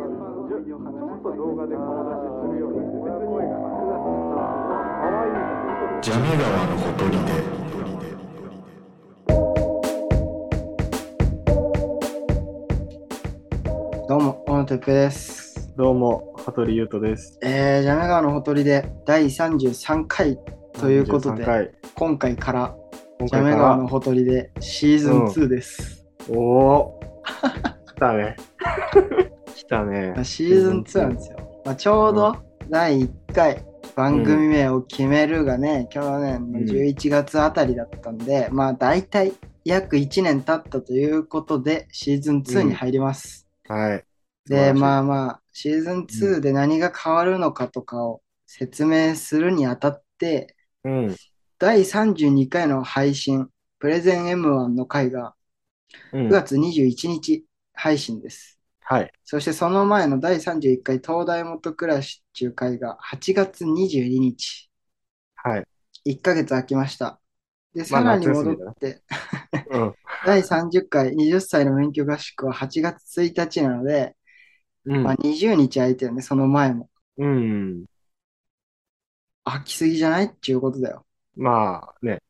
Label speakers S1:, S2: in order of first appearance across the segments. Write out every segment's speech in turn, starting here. S1: ちょっ
S2: と動画で顔出しするようにして別に声がない可愛いの
S3: ジャミ川のほとりで
S1: どうも、小野哲平です。
S2: どうも羽鳥優斗です
S1: えー、ジャメ川のほとりで第33回ということで
S2: 33回
S1: 今回から
S2: 今
S1: ジャ
S2: 回
S1: メ
S2: か
S1: 川
S2: ら
S1: のほとりでシーズン2です。
S2: おおー来た ね来たね
S1: まあシーズン2なんですよ。まあ、ちょうど第1回番組名を決めるがね、去年の
S2: うん
S1: 11月あたりだったんで、まあ大体約1年経ったということでシーズン2に入ります。
S2: はい
S1: で、ま
S2: あ
S1: あまあ、シーズン2で何が変わるのかとかを説明するにあたって、
S2: うん
S1: 第32回の配信、プレゼン M1 の回が
S2: うん
S1: 9月21日配信です。
S2: はい
S1: そしてその前の第31回東大元暮らし中回が8月22日、
S2: はい
S1: 1ヶ月空きました。で、
S2: まあ
S1: さらに
S2: 夏休
S1: 戻
S2: みだな
S1: って、
S2: うん
S1: 第30回20歳の免許合宿は8月1日なので、
S2: う
S1: まあ
S2: ん
S1: 20日空いてるね、その前も。
S2: うん
S1: 飽きすぎじゃないっていうことだよ。
S2: まあね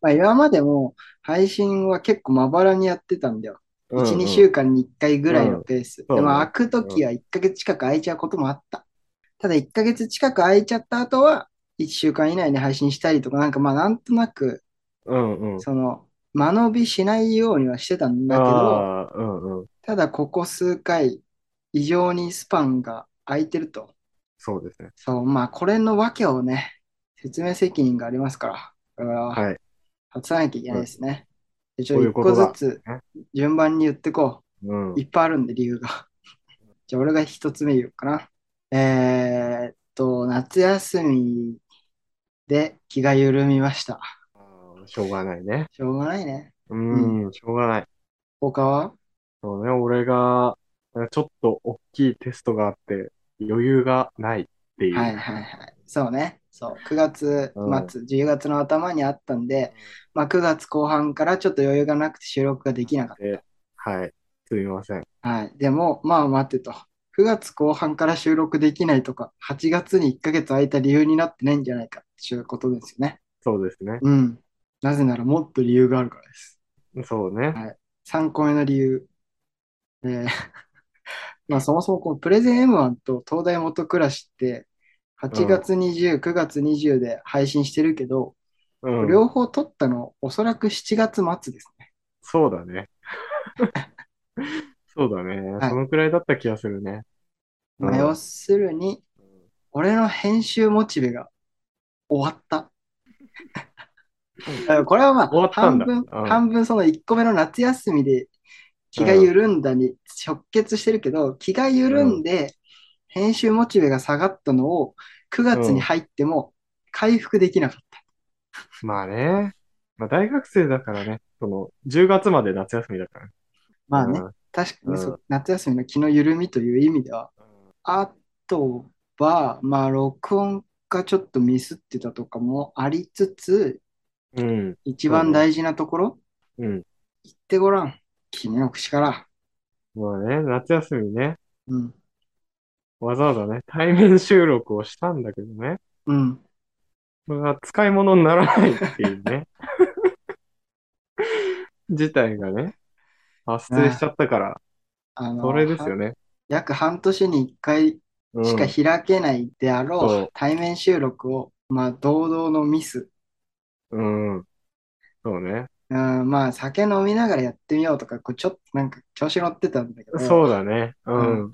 S1: まあ、今までも配信は結構まばらにやってたんだよ。
S2: うん
S1: 1、
S2: うん
S1: 2週間に1回ぐらいのペース。
S2: うん
S1: でも
S2: そうね
S1: 開くときは1ヶ月近く空いちゃうこともあった。ただ1ヶ月近く空いちゃった後は1週間以内に配信したりとか、なんかまあなんとなく、
S2: うんうん
S1: その、間延びしないようにはしてたんだけど、
S2: あーうんうん
S1: ただここ数回、異常にスパンが空いてると。
S2: そうですね
S1: そう、まあこれの訳をね、説明責任がありますから。だから
S2: はい
S1: 外さなきゃいけないですね。でち
S2: こ
S1: ょ
S2: う
S1: っと
S2: いう
S1: 一
S2: こ
S1: 個
S2: とだ
S1: ずつ順番に言ってこ
S2: うん
S1: う。いっぱいあるんで理由が。 じゃあ俺が一つ目言うかな。えー、っと、夏休みで気が緩みました。
S2: あーしょうがないね
S1: しょうがないね。
S2: うんしょうがない
S1: 他は
S2: そうね、俺が、ちょっと大きいテストがあって、余裕がないっていう。
S1: はいはいはい。そうね。そう。9月末、
S2: うん
S1: 10月の頭にあったんで、まあ9月後半からちょっと余裕がなくて収録ができなかっ
S2: ではい。すみません。
S1: た。はい。でも、まあ待ってと。9月後半から収録できないとか、8月に1ヶ月空いた理由になってないんじゃないかっていうことですよね。
S2: そうですね。
S1: うん。なぜならもっと理由があるからです。
S2: そうね。
S1: 3個目の理由。えー まあそもそもこのプレゼン M1 と東大元暮らしって、8月20、9月20で配信してるけど、
S2: うん
S1: 両方撮ったの、おそらく7月末ですね。
S2: そうだね。 そうだね、
S1: はい
S2: そのくらいだった気がするね。
S1: まあ
S2: うん
S1: 要するに、俺の編集モチベが終わった。だからこれはまあ、
S2: 終わったんだ
S1: 半分、
S2: うん
S1: 半分その1個目の夏休みで気が緩んだに直結してるけど、気が緩んで編集モチベが下がったのを9月に入っても回復できなかった。
S2: まあね。まあ大学生だからね。その、10月まで夏休みだから。
S1: まあね、
S2: うん
S1: 確か
S2: うん
S1: にそう夏休みの気の緩みという意味では、あとは、まあ、録音がちょっとミスってたとかもありつつ、
S2: うん。
S1: 一番大事なところ、
S2: うん。
S1: 言ってごらん。君の口から。
S2: まあね、夏休みね。
S1: うん。
S2: わざわざね、対面収録をしたんだけどね。
S1: うん。
S2: それが使い物にならないっていうね。 事態がね、発生しちゃったから、
S1: あの
S2: それですよね。
S1: 約半年に1回
S2: うん
S1: しか開けないであろう、
S2: そう
S1: 対面収録を、まあ、堂々のミス。
S2: うん。そうね。
S1: うん、まあ、酒飲みながらやってみようとか、こうちょっとなんか調子乗ってたんだけど、
S2: そうだね。うん。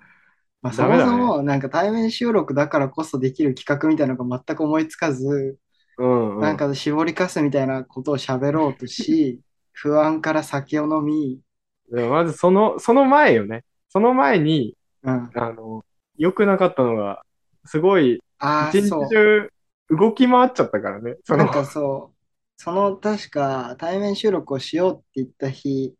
S1: まあ、そ
S2: ダメ
S1: も
S2: だね
S1: そもなんか対面収録だからこそできる企画みたいなのが全く思いつかず、
S2: うん、うん。
S1: なんか絞りかすみたいなことを喋ろうと し、不安から酒を飲み、
S2: でもまずその、その前よね。その前に、
S1: うん、
S2: あの、良くなかったのが、すごい、
S1: ああ、
S2: 一日
S1: そう。
S2: 中、動き回っちゃったからね。そ
S1: なん
S2: の、
S1: かそう、その確か対面収録をしようって言った日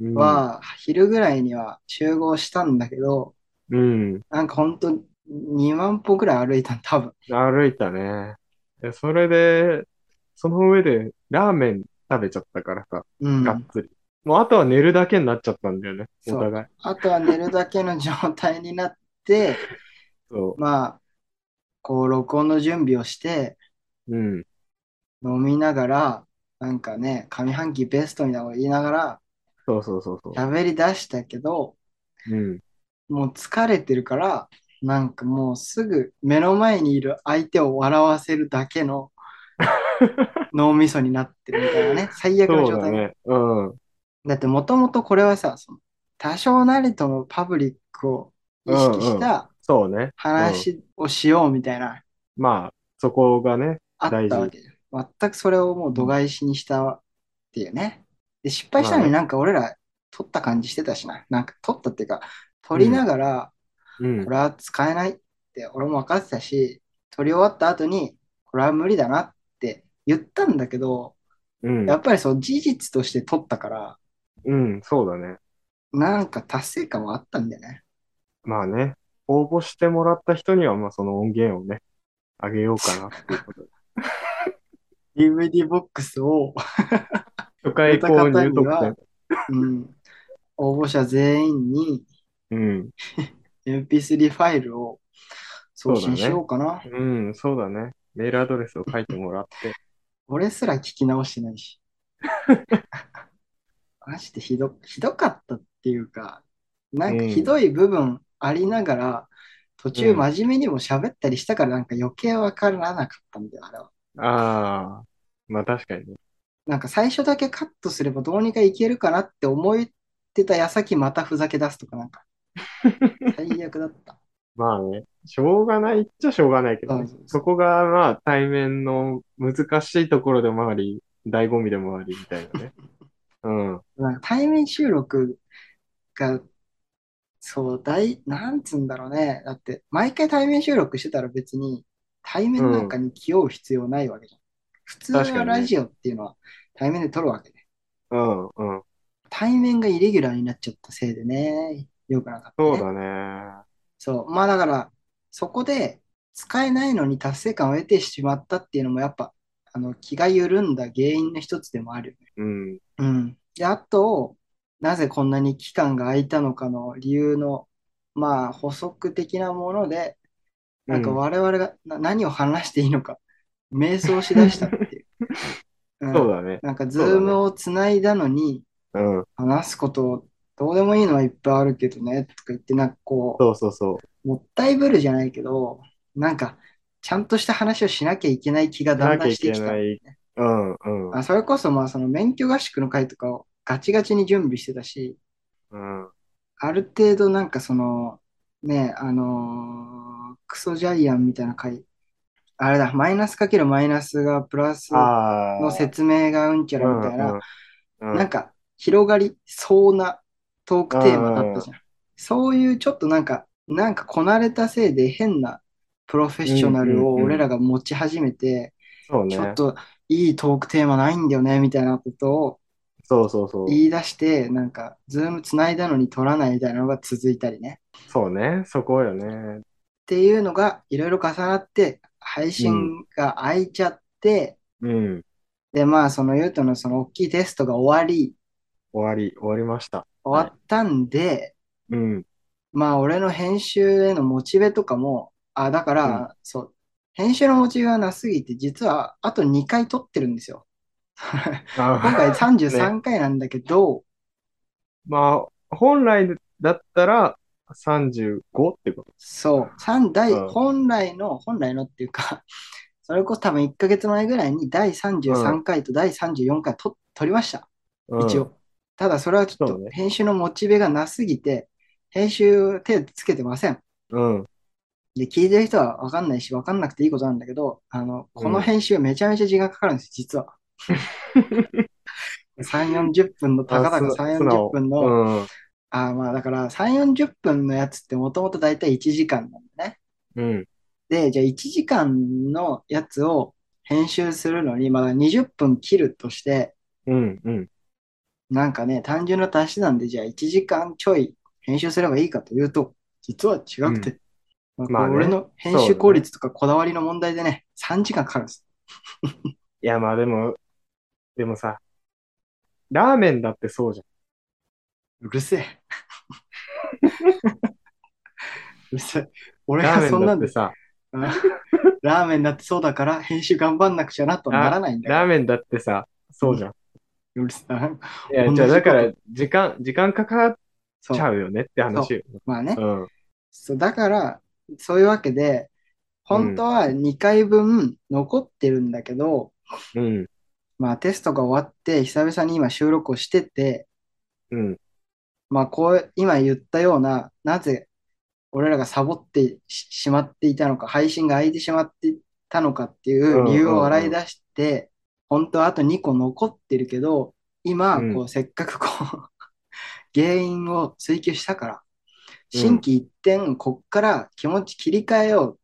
S2: うん、
S1: は、昼ぐらいには集合したんだけど、
S2: うん。
S1: なんか本当2万歩ぐらい歩いたの、多分。
S2: 歩いたね。でそれで、その上で、ラーメン食べちゃったからさ。
S1: うん。
S2: がっつり。もうあとは寝るだけになっちゃったんだよね、
S1: そう
S2: お互い。
S1: あとは寝るだけの状態になって、
S2: そ
S1: まあ、こう、録音の準備をして、
S2: う。うん。
S1: 飲みながら、なんかね、上半期ベストみたいなこと言いながら、
S2: そうそうそうそ
S1: 喋り出したけど、
S2: う。うん。
S1: もう疲れてるから、なんかもうすぐ目の前にいる相手を笑わせるだけ の脳みそになってるみたいなね、最悪の
S2: そう
S1: 状
S2: だ
S1: 態。
S2: ね。うん。
S1: だってもともとこれはさ、その多少なりともパブリックを意識した
S2: そうね。
S1: 話をしようみたいな、
S2: まあ、そこがね、
S1: あったわけじゃん。全くそれをもう度外視にしたっていうね。で、失敗したの
S2: まあ
S1: に
S2: ね
S1: なんか俺ら撮った感じしてたしな。なんか撮ったっていうか、撮りながら、
S2: うん
S1: こ。れは使えないって俺も分かってたし、撮り終わった後に、これは無理だなって言ったんだけど、
S2: うん
S1: や。っぱりそう事実として撮ったから、
S2: うん、そうだね。
S1: なんか達成感はあったんだよね。
S2: まあね、応募してもらった人には、まあその音源をね、あげようかなってい うことで。
S1: DVD ボックスを、
S2: 初回購入特典。
S1: うん、応募者全員に
S2: うん。
S1: MP3 ファイルを送信しようかな。
S2: うん、そうだね。メールアドレスを書いてもらって。
S1: 俺すら聞き直してない し。マジでひど、ひどかったっていうか、なんか
S2: うん
S1: ひどい部分ありながら、途中真面目にも喋ったりしたからなんか余計わからなかったんだよ、あれは。
S2: ああ、まあ確かにね。
S1: なんか最初だけカットすればどうにかいけるかなって思ってた矢先またふざけ出すとか なんか。最悪だった。
S2: まあね、しょうがないっちゃしょうがないけど
S1: そ
S2: ね
S1: うそうそう
S2: そこがまあ対面の難しいところでもあり、醍醐味でもありみたい なね。うん。
S1: なんか対面収録が、そう、大、なんつうんだろうね。だって、毎回対面収録してたら別に、対面なんかに気負う必要ないわけじゃん。普通
S2: 確か
S1: は
S2: にね
S1: ラジオっていうのは対面で撮るわけで。
S2: うん、うん。
S1: 対面がイレギュラーになっちゃったせいでね、良くなかった、ね。
S2: そうだね。
S1: そう。まあだから、そこで使えないのに達成感を得てしまったっていうのも、やっぱ、あの、気が緩んだ原因の一つでもあるよね。
S2: うん。
S1: うん。で、あと、なぜこんなに期間が空いたのかの理由の、まあ、補足的なもので、なんか
S2: うん
S1: 我々がな何を話していいのか、迷走しだしたって いう。うん
S2: そうだね。
S1: なんか、ズ
S2: そうだね
S1: ームをつないだのに、
S2: うん。
S1: 話すこと、どうでもいいのはいっぱいあるけどね、とか言って、なんかこ
S2: そうそうそう。
S1: う、もったいぶるじゃないけど、なんか、ちゃんとした話をしなきゃいけない気がだんだんしてき
S2: なき
S1: た
S2: ゃ。いけない。うん、うん。
S1: あそれこそ、まあ、その免許合宿の会とかをガチガチに準備してたし、
S2: うん。
S1: ある程度なんかその、ね、あのークソジャイアンみたいな回、あれだ、マイナスかけるマイナスがプラス
S2: ああ。
S1: の説明がうんちゃらみたいな、
S2: うんうん
S1: なんか広がりそうなトークテーマだったじゃん。そういうちょっとなんか、なんかこなれたせいで変なプロフェッショナルを俺らが持ち始めて、
S2: そう
S1: ちょ
S2: ね
S1: っ。といいトークテーマないんだよね、みたいなことを、
S2: そうそうそう。
S1: 言い出して、なんか、ズームつないだのに撮らないみたいなのが続いたりね。っ
S2: そうね。そこよね。
S1: ていうのが、いろいろ重なって、配信が空いちゃって、
S2: うん。
S1: で、まあ、その、ゆうとのその、大きいテストが終わり、
S2: 終わり、終わりました。
S1: 終わったんで、
S2: うん。
S1: まあ、俺の編集へのモチベとかも、あ、だから、
S2: うん
S1: そう、編集のモチベがなすぎて、実は、あと2回撮ってるんですよ。 今
S2: あ
S1: 回33回なんだけど、
S2: まあ、本来だったら35ってこと。
S1: そう、三第、
S2: うん
S1: 本来の、本来のっていうか、それこそ多分1ヶ月前ぐらいに第33回と第34回と、取りました、
S2: うん
S1: 一応。ただそれはちょっ
S2: そう
S1: と
S2: ね
S1: 編集のモチベがなすぎて、編集手つけてません。
S2: うん。
S1: で、聞いてる人は分かんないし、分かんなくていいことなんだけど、あの、この
S2: うん
S1: 編集めちゃめちゃ時間かかるんですよ、実 は。3、40分の、たかだか
S2: あす
S1: 3、40
S2: 素直
S1: 分の、あーまあだから3、40分のやつってもともとだいたい1時間なんだね。
S2: うん。うん。
S1: で、じゃあ1時間のやつを編集するのに、まだ20分切るとして、
S2: うん。うん。
S1: なんかね、単純な足し算で、じゃあ1時間ちょい編集すればいいかというと、実は違くて、ま
S2: ま
S1: あ
S2: あね
S1: 俺の編集効率とかこだわりの問題でね、3時間かかるんです。
S2: いや、まあでも、でもさ、ラーメンだってそうじゃん。
S1: うるせ え。うるせえ。俺がそん
S2: だ
S1: な
S2: っ
S1: ん
S2: て
S1: です。
S2: さ、
S1: あラーメンだってそうだから編集頑張んなくちゃなとはならないんだよ。
S2: ラーメンだってさ、そうじゃん。
S1: うるせえ。
S2: いや、
S1: 同
S2: じ
S1: じ
S2: ゃ
S1: こと
S2: あだから、時間、時間かかっ
S1: そう
S2: ちゃうよねって話よ。
S1: まあね
S2: う。ん。
S1: そう、だから、そういうわけで、本当は2回分残ってるんだけど、
S2: うん。
S1: まあテストが終わって、久々に今収録をしてて、
S2: うん。
S1: まあこう、今言ったような、なぜ俺らがサボってししまっていたのか、配信が空いてしまっていたのかっていう理由を洗い出して、本当はあと2個残ってるけど、今
S2: うん、
S1: こう、せっかくこう、 原因を追求したから、
S2: うん
S1: 心機一転、こっから気持ち切り替えよ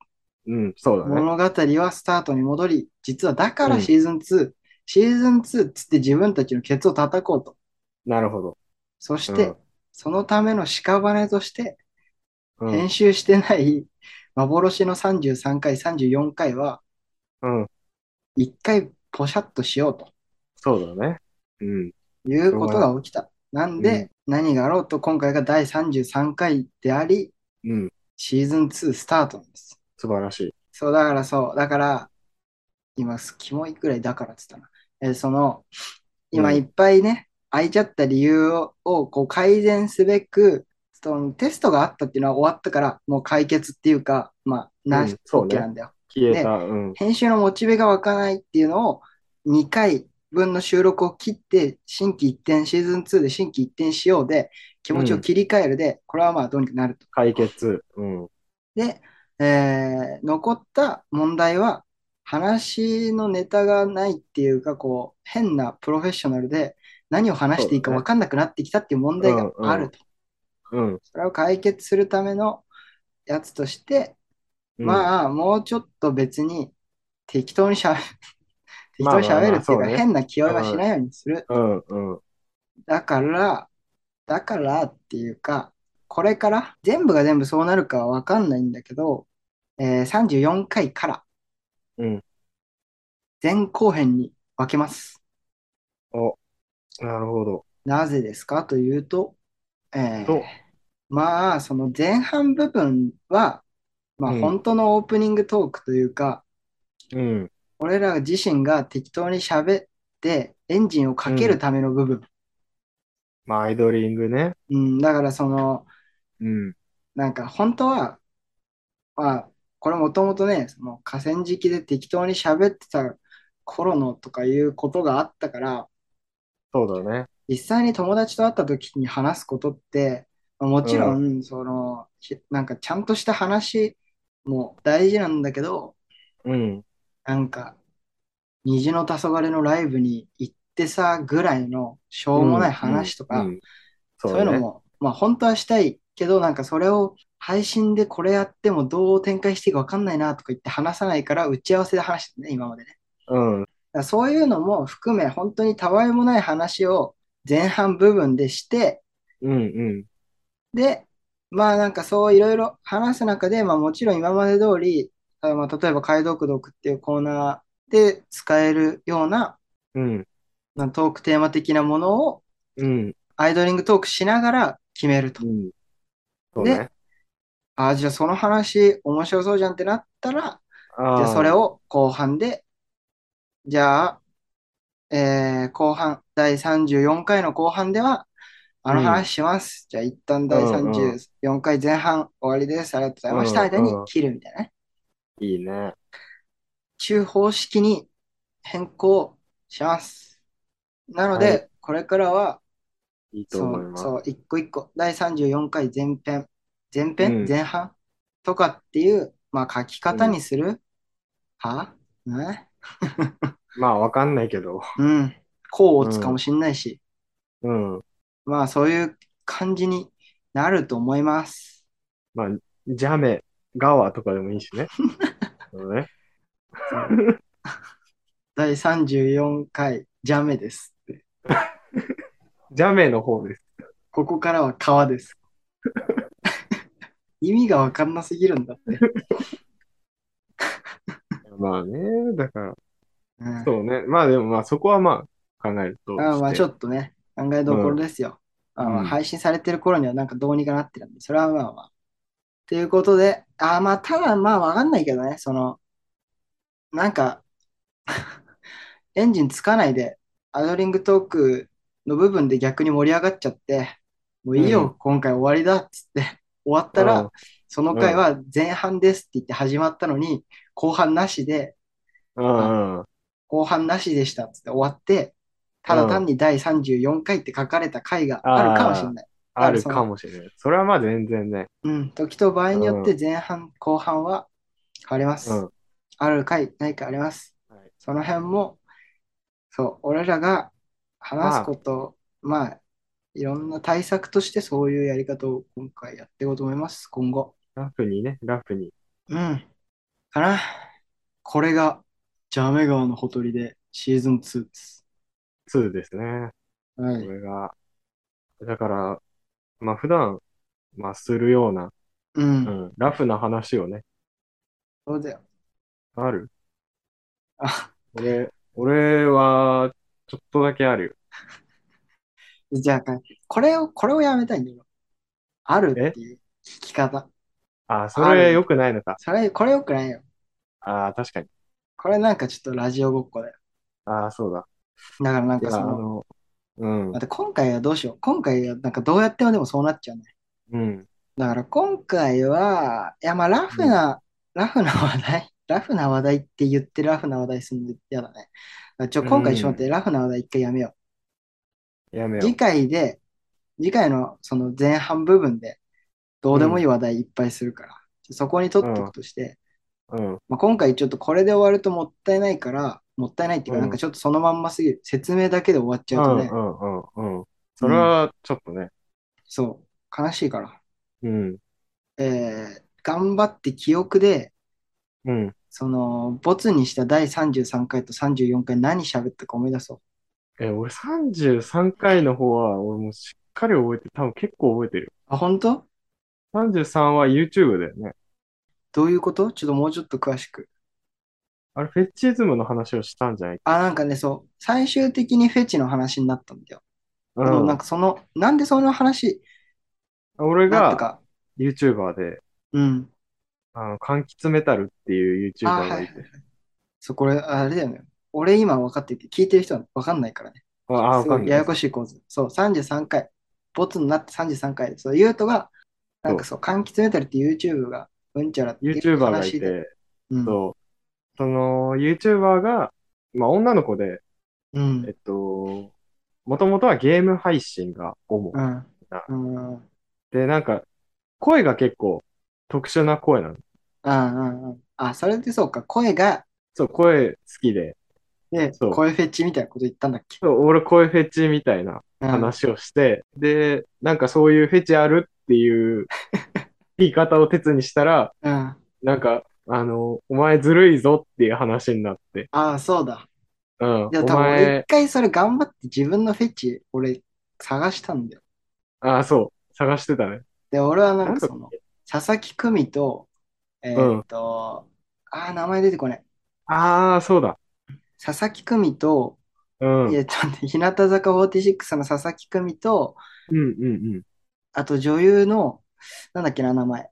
S1: う
S2: うん。そうだね。
S1: 物語はスタートに戻り、実はだからシーズン2、シーズン2っつって自分たちのケツを叩こうと。
S2: なるほど。
S1: そして、
S2: うん
S1: そのための屍として、
S2: うん。
S1: 編集してない幻の33回、34回は、
S2: うん。
S1: 1回ポシャッとしようと
S2: そうだね。うん。
S1: いうことが起きた。なん
S2: う
S1: で、何があろうと今回が第33回であり、
S2: うん。
S1: シーズン2スタートなんです。
S2: 素晴らしい。
S1: そう、だからそう、だから、今、キモいくらいだからっつったな。えーその、今
S2: うん
S1: いっぱいね、空いちゃった理由ををこう改善すべく、そのテストがあったっていうのは終わったから、もう解決っていうか、まあ、な
S2: うん
S1: し、
S2: そう
S1: OK
S2: ね
S1: なんだよ。
S2: 消えた。うん。
S1: 編集のモチベが湧かないっていうのを、2回分の収録を切って、新規一転、シーズン2で新規一転しようで、気持ちを切り替えるで、これはまあどうにかなると。
S2: 解決。うん。
S1: で、えー残った問題は、話のネタがないっていうか、こう、変なプロフェッショナルで、何を話していいか
S2: そうだね
S1: 分かんなくなってきたっていう問題があると。
S2: うん。
S1: それを解決するためのやつとして、
S2: あ、
S1: まあ、もうちょっと別に適当にしゃべ、適
S2: まあ
S1: 当にしゃべるっていう
S2: まあまあそう
S1: か、
S2: ね
S1: 変な気負いはしないようにする。
S2: うん。うん。
S1: だから、だからっていうか、これから、全部が全部そうなるかはわかんないんだけど、えー34回から
S2: うん。
S1: 前後編に分けます。
S2: お。なるほど。
S1: なぜですかというと、えー
S2: と、
S1: まあ、その前半部分は、まあ、
S2: うん
S1: 本当のオープニングトークというか、
S2: うん。
S1: 俺ら自身が適当に喋ってエンジンをかけるための部分。
S2: まあ、アイドリングね。
S1: うん、だからその、
S2: うん。
S1: なんか本当は、まあ、これもともとね、その河川敷で適当に喋ってた頃のとかいうことがあったから、
S2: そうだね。
S1: 実際に友達と会った時に話すことって、まあもちろん、その、ひなんかちゃんとした話も大事なんだけど、
S2: うん。
S1: なんか、虹の黄昏のライブに行ってさぐらいのしょうもない話とか、
S2: うんうんそ
S1: そうういうの
S2: だね。
S1: も、まあ本当はしたいけど、なんかそれを配信でこれやってもどう展開していいか分かんないなとか言って話さないから打ち合わせで話してたね、今までね。だ
S2: うん。
S1: からそういうのも含め、本当にたわいもない話を前半部分でして、
S2: うん。うん。
S1: で、まあなんかそういろいろ話す中で、まあもちろん今まで通り、あまあ例えば解読読っていうコーナーで使えるような、
S2: うん。
S1: まあトークテーマ的なものを
S2: うん。
S1: アイドリングトークしながら決めると
S2: う。ん。そうね
S1: で。ああ、じゃあその話面白そうじゃんってなったら、
S2: あ
S1: じゃあ
S2: ー
S1: それ。を後半で、じゃあ、えー後半、第34回の後半では、あの話します。じゃあ一旦第
S2: うんうん
S1: 34回前半終わりです。ありがとうございました。
S2: うん
S1: 間
S2: うん
S1: に切るみたいなね。
S2: いいね。
S1: 中方式に変更します。なので、
S2: は
S1: これからは、
S2: いいと
S1: そ、
S2: 思いうます。
S1: そう、一個一個、第34回前編、前編、
S2: うん
S1: 前半とかっていう、まあ書き方にする、はね
S2: まあ、わかんないけど。
S1: うん。こう打つかもしんないし、
S2: うん。
S1: まあそういう感じになると思い ます。
S2: まあ、ジャメ、ガワとかでもいい しね。そうね。
S1: 第34回、ジャメですって。
S2: ジャメの方です。
S1: ここからは川 です。意味がわかんなすぎるんだって。
S2: まあね、だから、
S1: うん、
S2: そうね。まあでもまあそこはまあ考えるとして。
S1: あまあちょっとね、考えどころですよ。あの
S2: うん
S1: 配信されてる頃にはなんかどうにかなってるんで、それはまあまあ。ということで、あーまあ、ただまあわかんないけどね、その、なんか、エンジンつかないで、アドリングトークの部分で逆に盛り上がっちゃって、もういいよ、
S2: う
S1: 今回終わりだっつって、終わったら、
S2: うん
S1: その回は前半ですって言って始まったのに、後半なしで、
S2: うんうん。
S1: 後半なしでしたっつって終わって、ただ単に第34回って書かれた回があるかもしれない。
S2: あるかもしれない。それはまあ全然ね。
S1: うん、時と場合によって前半、後半は変わります。
S2: うん。
S1: ある回、ないかあります。
S2: はい
S1: その辺も、そう、俺らが話すこと、まあ、いろんな対策としてそういうやり方を今回やっていこうと思います、今後。
S2: ラフにね、ラフに。
S1: うん。かな。これが、ジャメ川のほとりでシーズン2です。
S2: 2ですね。
S1: は
S2: こ
S1: い。
S2: れが。だから、まあ普段、まあするような、
S1: う。
S2: うんん、ラフな話をね、
S1: そうだよ。
S2: ある
S1: あ、
S2: 俺、俺は、ちょっとだけあるよ。
S1: じゃあ、これを、これをやめたいんだよ。あるっていう聞き方。
S2: あ、そ
S1: ある
S2: れ良くないのか。
S1: それ、これよくないよ。
S2: あ確かに。
S1: これなんかちょっとラジオごっこだよ。
S2: あそうだ。
S1: だからなん
S2: い
S1: か
S2: や、
S1: そ
S2: あ
S1: の、
S2: の、うん
S1: だっ、て今回はどうしよう。今回はなんかどうやってもでもそうなっちゃうね。
S2: うん、
S1: だから今回は、いやまあラフな、ラフな話題、ラフな話題って言ってラフな話題するの嫌だね。だからちょ、今回ちょっと待って、ラフな話題一回やめよ
S2: や
S1: う。
S2: めよ
S1: 次回で、次回のその前半部分で、どうでもいい話題いっぱいするから、そこに取っていくとして、
S2: う。うん、
S1: まあ、今回ちょっとこれで終わるともったいないから、もったいないっていうか、
S2: うん
S1: なんかちょっとそのまんますぎる。説明だけで終わっち
S2: う
S1: ゃうと
S2: ん、
S1: ね
S2: う、ん、うん、うん。それは、ちょっとね、
S1: そう、悲しいから。
S2: うん、
S1: えー頑張って記憶で、
S2: うん。
S1: その、ボツにした第33回と34回何喋ったか思い出そう。
S2: え、俺33回の方は、俺もうしっかり覚えてる、多分結構覚えてるよ。
S1: あ、本当
S2: 33は YouTube だよね。
S1: どういうことちょっともうちょっと詳しく。
S2: あれ、フェチズムの話をしたんじゃない
S1: あ、なんかね、そう、最終的にフェチの話になったんだよ。
S2: う
S1: でもなん
S2: ん。
S1: かその、なんでその話
S2: 俺
S1: になった
S2: が
S1: か。
S2: YouTuber で、
S1: うん。
S2: あの、柑橘メタルっていう YouTuber がいて。
S1: そう、これ、あれだよね。俺今分かってて、聞いてる人は分かんないからね。
S2: ああ、わ
S1: すご
S2: かんないい。
S1: ややこしい構図。そう、33回。ボツになって33回で。そう、ゆうとが、なんかそう、柑橘メタルって YouTube が、うんちゃらっていう
S2: YouTuber がい
S1: 話で。
S2: て、
S1: うん。
S2: そう。その、YouTuber が、まあ、女の子で、
S1: うん
S2: えっ。と、もともとはゲーム配信が主
S1: う。ん。うん。うん。
S2: で、なんか、声が結構特殊な声なの。
S1: うん。うんあ、それってそうか。声が、
S2: そう、声好きで、
S1: で、
S2: そう
S1: 声フェチみたいなこと言ったんだっけ。
S2: そう俺声フェチみたいな
S1: うん。
S2: 話をして、で、なんかそういうフェチあるっていう 言い方を鉄にしたら、
S1: うん。
S2: なんか、あの、お前ずるいぞっていう話になって、
S1: ああ、そうだ。
S2: うん、
S1: い
S2: お
S1: や、多分俺一
S2: 前、
S1: 回それ頑張って自分のフェチ、俺、探したんだよ。
S2: ああ、そう、探してたね。
S1: で、俺はなん
S2: なん
S1: か
S2: だっ
S1: その、佐々木久美と、えーっと、ああ、名前出てこない。
S2: ああ、そうだ。
S1: 佐々木久美と、
S2: うん。う
S1: い
S2: ん、
S1: や、ちょっと待って、日向坂46の佐々木久美と、
S2: うん、
S1: あと女優の、なんだっけな、名前。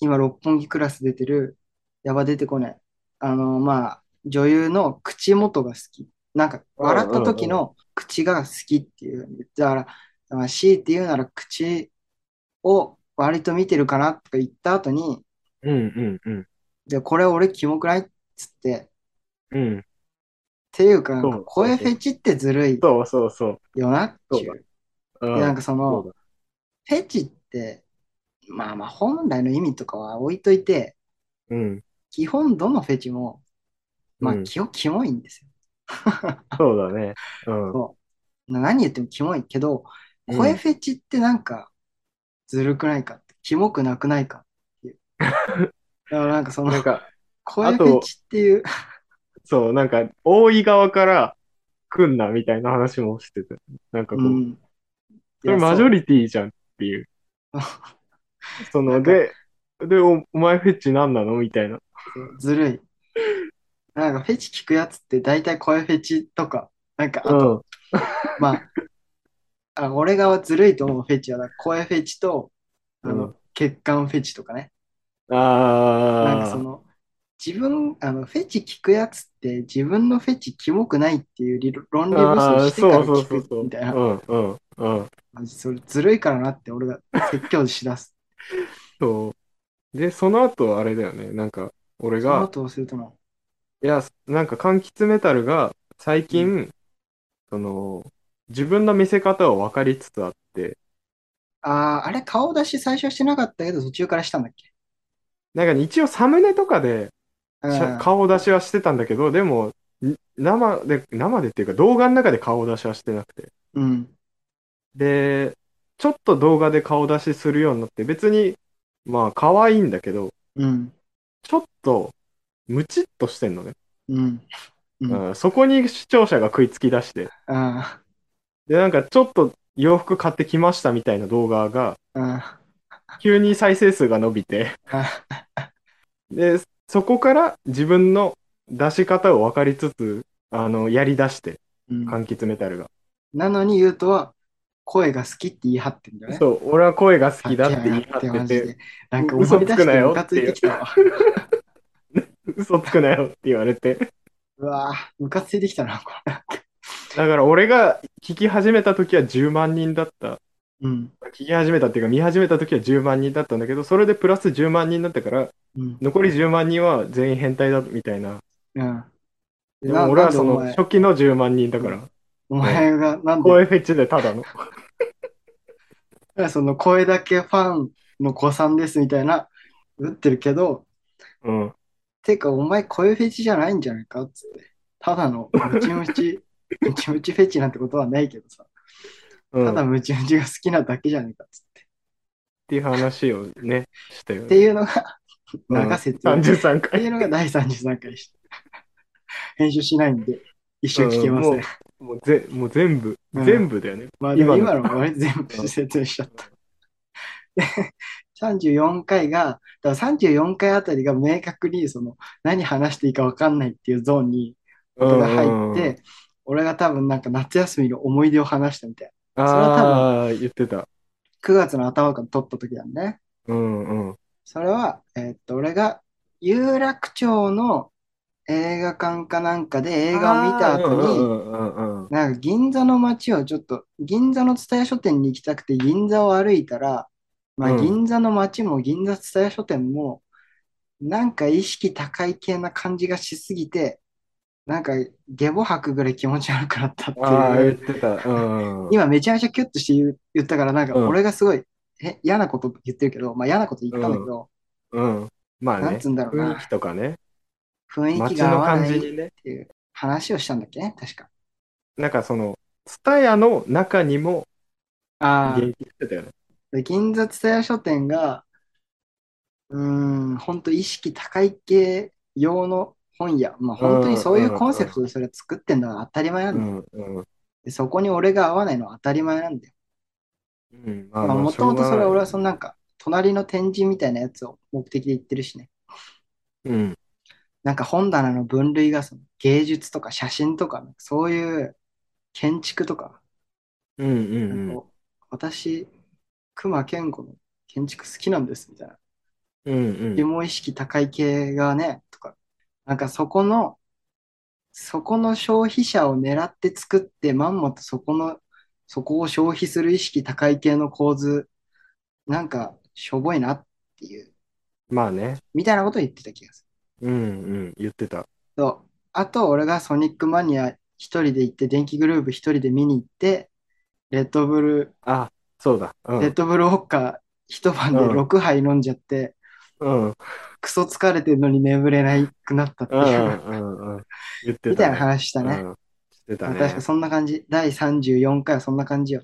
S1: 今、六本木クラス出てる、やば出てこない。あの、まあ、女優の口元が好き。なんか、笑った時の口が好きっていう。だから、まあ、強いて言うなら口を割と見てるかなとか言った後に、
S2: うん。うん、うん、うん。
S1: で、これ俺キモくないっつって、っ
S2: うん。
S1: ていうか、なん
S2: そう
S1: か
S2: そう
S1: 声フェチってずるい
S2: そうそうそう。
S1: よなってい
S2: そうう。うん、
S1: でなんかその、
S2: そう
S1: フェチって、まあまあ本来の意味とかは置いといて、
S2: だ。うん。
S1: 基本どのフェチも、まあ
S2: うん
S1: 基本キモいんですよ。
S2: そうだね。うん。
S1: そうな何言ってもキモいけど、
S2: うん
S1: 声フェチってなんかずるくないかって、キモくなくないかって いう。だからなんかその
S2: なんか、
S1: 声
S2: あ
S1: フ
S2: と
S1: ェチっていう、
S2: そう、なんか、多い側から来んなみたいな話もしてて。なんかこ
S1: う
S2: う、
S1: ん。
S2: それ
S1: いや
S2: マジョリティじゃんっていう。 そ
S1: な
S2: の、
S1: んか
S2: で、で、おお前フェッチなんなのみたいな。
S1: そうずるい。なんかフェチ聞くやつって大体声フェチとか、なんかあと
S2: うん。
S1: まあ、あ俺がずるいと思うフェチは、だから声フェチと、あの、
S2: うん
S1: 血管フェチとかね。なんか
S2: あ
S1: そ
S2: あ、
S1: の、自分、あの、フェチ聞くやつって、自分のフェチキモくないっていう理論理武
S2: あ
S1: 装
S2: あ、
S1: してから
S2: そうそうそう
S1: 聞
S2: そ
S1: く
S2: う。
S1: みたいな。
S2: うんうんうん。
S1: マジそれずるいからなって俺が説教しだす。
S2: そう。で、その後、あれだよね。なんか、俺
S1: その
S2: が、
S1: 後をするとも
S2: いや、なんか、柑橘メタルが、最近、
S1: う
S2: その、自分の見せ方を分かりつつあって、
S1: う、ああ、あれ顔出し最初してなかったけど途中からしたんだっけ
S2: なんかね、一応サムネとかで、
S1: うん
S2: しゃ顔出しはしてたんだけど、でも、ん生で、生でっていうか動画の中で顔出しはしてなくて。
S1: うん。
S2: で、ちょっと動画で顔出しするようになって、別に、まあ、可愛いんだけど、
S1: うん。
S2: ちょっと、ムチッとしてんのね。
S1: うん。うん。
S2: うん、そこに視聴者が食いつき出して、
S1: あ
S2: で、なんかちょっと洋服買ってきましたみたいな動画が、
S1: あ、あ
S2: 急に再生数が伸びて、
S1: あ、ああ
S2: で、そこから自分の出し方を分かりつつ、あの、やり出して、
S1: うん
S2: 柑橘メタルが。
S1: なのに言うとは、声が好きって言い張ってんだよね。
S2: そう、俺は声が好きだって言い
S1: さっきは
S2: 張
S1: や
S2: っ
S1: ってて
S2: て、
S1: て、なんか思い出
S2: 嘘つく
S1: し
S2: な
S1: て
S2: よ
S1: ムカついてきたわ。
S2: 嘘つくなよって言われて。
S1: うわぁ、ムカついてきたな、これ。
S2: だから俺が聞き始めた時は10万人だった。
S1: うん。
S2: 聞き始めたっていうか見始めた時は10万人だったんだけど、それでプラス10万人になってから、
S1: うん。
S2: 残り10万人は全員変態だみたいな。
S1: うん。
S2: で
S1: な
S2: も俺は
S1: な
S2: そ
S1: んでお
S2: の
S1: 前
S2: 初期の10万人だから、
S1: お前がなんで
S2: 声フェチでただの。
S1: その声だけファンの子さんですみたいな打ってるけど、
S2: うん。
S1: てかお前声フェチじゃないんじゃないかっつって。ただのムチムチ、 ムチムチフェチなんてことはないけどさ、
S2: うん、
S1: ただ
S2: っ
S1: ムチムチが好きなだけじゃないかっつって。
S2: ていう話をね、したよ
S1: って
S2: ね。
S1: いうのが、
S2: うん
S1: 長瀬っていう。
S2: 33
S1: って
S2: 回。
S1: いうのが第33回でした。編集しないんで、一生聞けません。
S2: うんもうぜもう全部、
S1: うん
S2: 全部だよね。
S1: まあ、でも
S2: 今
S1: 今
S2: の
S1: のは全部説明しちゃった。で、34回が、だから34回あたりが明確にその何話していいか分かんないっていうゾーンに
S2: う
S1: 俺
S2: ん
S1: が
S2: うん
S1: 入
S2: う
S1: っ
S2: ん
S1: て、俺が多分なんか夏休みの思い出を話したみたい
S2: あ
S1: それは多分
S2: あー、言ってた。
S1: な。9月の頭から撮った時だね。
S2: うんうん。
S1: それは、えーっと、俺が有楽町の映画館かなんかで映画を見た後
S2: あーう
S1: に、
S2: んうんうんうん
S1: なんか銀座の街をちょっと、銀座の蔦屋書店に行きたくて銀座を歩いたら、まあ
S2: うん
S1: 銀座の街も銀座蔦屋書店も、なんか意識高い系な感じがしすぎて、なんか下ボ吐くぐらい気持ち悪くなったって
S2: ああ、
S1: い
S2: 言っ
S1: う。
S2: てた。うんうん。
S1: 今めちゃめちゃキュッとして言う言ったから、なんか
S2: うん
S1: 俺がすごい、え、嫌なこと言ってるけど、まあ嫌なこと言ったんだけど、
S2: うん。まあ
S1: なん
S2: ね、
S1: つうんだろう
S2: 雰囲
S1: な、
S2: 気とかね、
S1: 雰囲気
S2: 街
S1: が合
S2: の
S1: わ
S2: 感
S1: な
S2: じ
S1: いっ
S2: にね、
S1: ていう話をしたんだっけね、確か。
S2: なんかその、ツタヤの中にも
S1: ああ
S2: 元気してたよね。
S1: で銀座蔦屋書店が、うーん、本当意識高い系用の本屋、まあ本当にそういうコンセプトでそれ作ってんだから当たり前なん
S2: う
S1: だよ、
S2: んうん。
S1: でそこに俺が合わないのは当たり前なんだよ。
S2: うん、まあ
S1: まあもともとそれは俺はそのなん
S2: か、
S1: か、隣の展示みたいなやつを目的で行ってるしね。
S2: うん、
S1: なんか本棚の分類がその芸術とか写真とか、そういう建築とか、
S2: うん、うん
S1: なんか私、熊健吾の建築好きなんですみたいな。
S2: うん、うん、う
S1: 自
S2: ん、
S1: 問意識高い系がね、とか、なんかそこの、そこの消費者を狙って作って、まんまとそこの、そこを消費する意識高い系の構図、なんかしょぼいなっていう、
S2: まあね、
S1: みたいなことを言ってた気がす
S2: うん、うん、言ってた。
S1: る。と、あと俺がソニックマニア一人で行って、電気グループ一人で見に行って、レッドブル、
S2: あ、そうだ、う
S1: レッ
S2: ん、
S1: ドブルウォッカー一晩で6杯飲んじゃって、
S2: うん、うん、
S1: クソ疲れてるのに眠れなくなったって
S2: う
S1: いう。
S2: ん、うん、言ってた、ね。
S1: みたいな話したね。
S2: うん、してた
S1: まあ
S2: ね。
S1: 確かそんな感じ。第34回はそんな感じよ。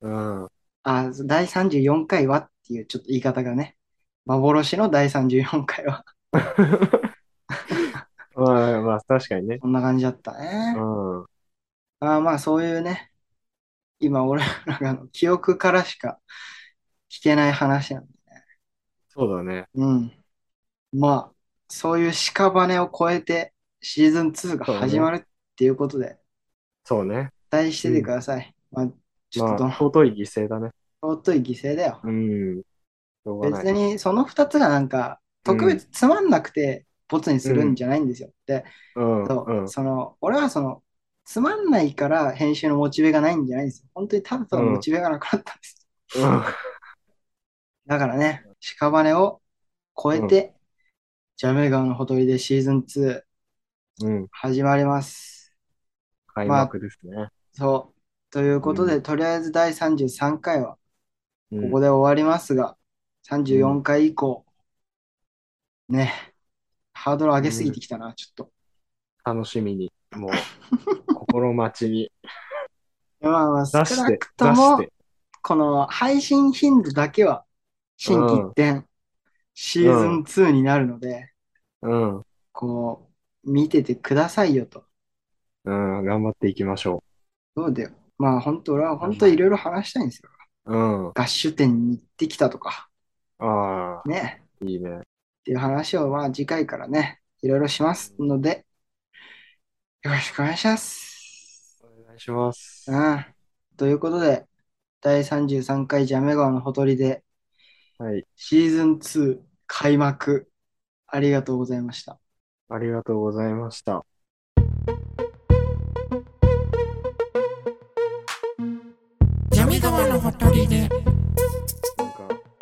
S2: うん、
S1: あ、第34回はっていうちょっと言い方がね。幻の第34回は
S2: まあ、まあ、確かにね。
S1: こんな感じだったね
S2: う。ん、
S1: あーまあそういうね、今俺らがあの記憶からしか 聞けない話なんで。
S2: そうだね。
S1: うん。まあ、そういう屍を越えてシーズン2が始まるっていうことで、
S2: そうね。
S1: 期待しててください。まあ、ちょっとど
S2: まあ、尊い犠牲だね。
S1: 尊い犠牲だよ。
S2: うん。しょうがない。
S1: 別にその2つがなんか特別つまんなくてボツにするんじゃないんですよ。で、
S2: うん。
S1: そう
S2: うん。
S1: その俺はそのつまんないから編集のモチベがないんじゃないんですよ。本当にただただモチベがなくなったんです。だからね、屍を超えて、ジャム川のほとりでシーズン2
S2: うん。うん
S1: 始まります。
S2: 開幕ですね。
S1: そう。ということで、
S2: う
S1: とりあえず第33回は
S2: うん
S1: ここで終わりますが、34回以降、ね、ハードル上げすぎてきたな、ちょっと。
S2: 楽しみに、もう、 心待ちに
S1: まあまあ、少
S2: 出し
S1: な
S2: て、
S1: く
S2: 出
S1: と
S2: し
S1: も、
S2: て。
S1: この配信頻度だけは、新規一点、シーズン2になるので、
S2: うん。うん。
S1: こう、見ててくださいよと。
S2: 頑張っていきましょ
S1: そうだよ。まあ、本当俺は本当いろいろ話したいんですよ。
S2: う。うん。
S1: 合宿店に行ってきたとか、
S2: ああ、
S1: ね、
S2: いいね。
S1: っていう話を、まあ、次回からね、いろいろしますので、よろしくお願いします。
S2: お願いします。
S1: うん。ということで、第33回ジャメ川のほとりで、
S2: はい。
S1: シーズン2開幕、ありがとうございました。
S2: ありがとうございました。
S3: ジャミ川のほとりで。
S2: なんか、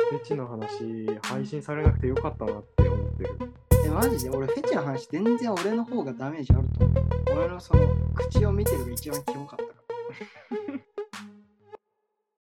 S2: フェチの話、配信されなくてよかったなって思ってる。
S1: え、マジで俺、フェチの話、全然俺の方がダメージあると思う。俺のその、口を見てるのが一番キモかったから。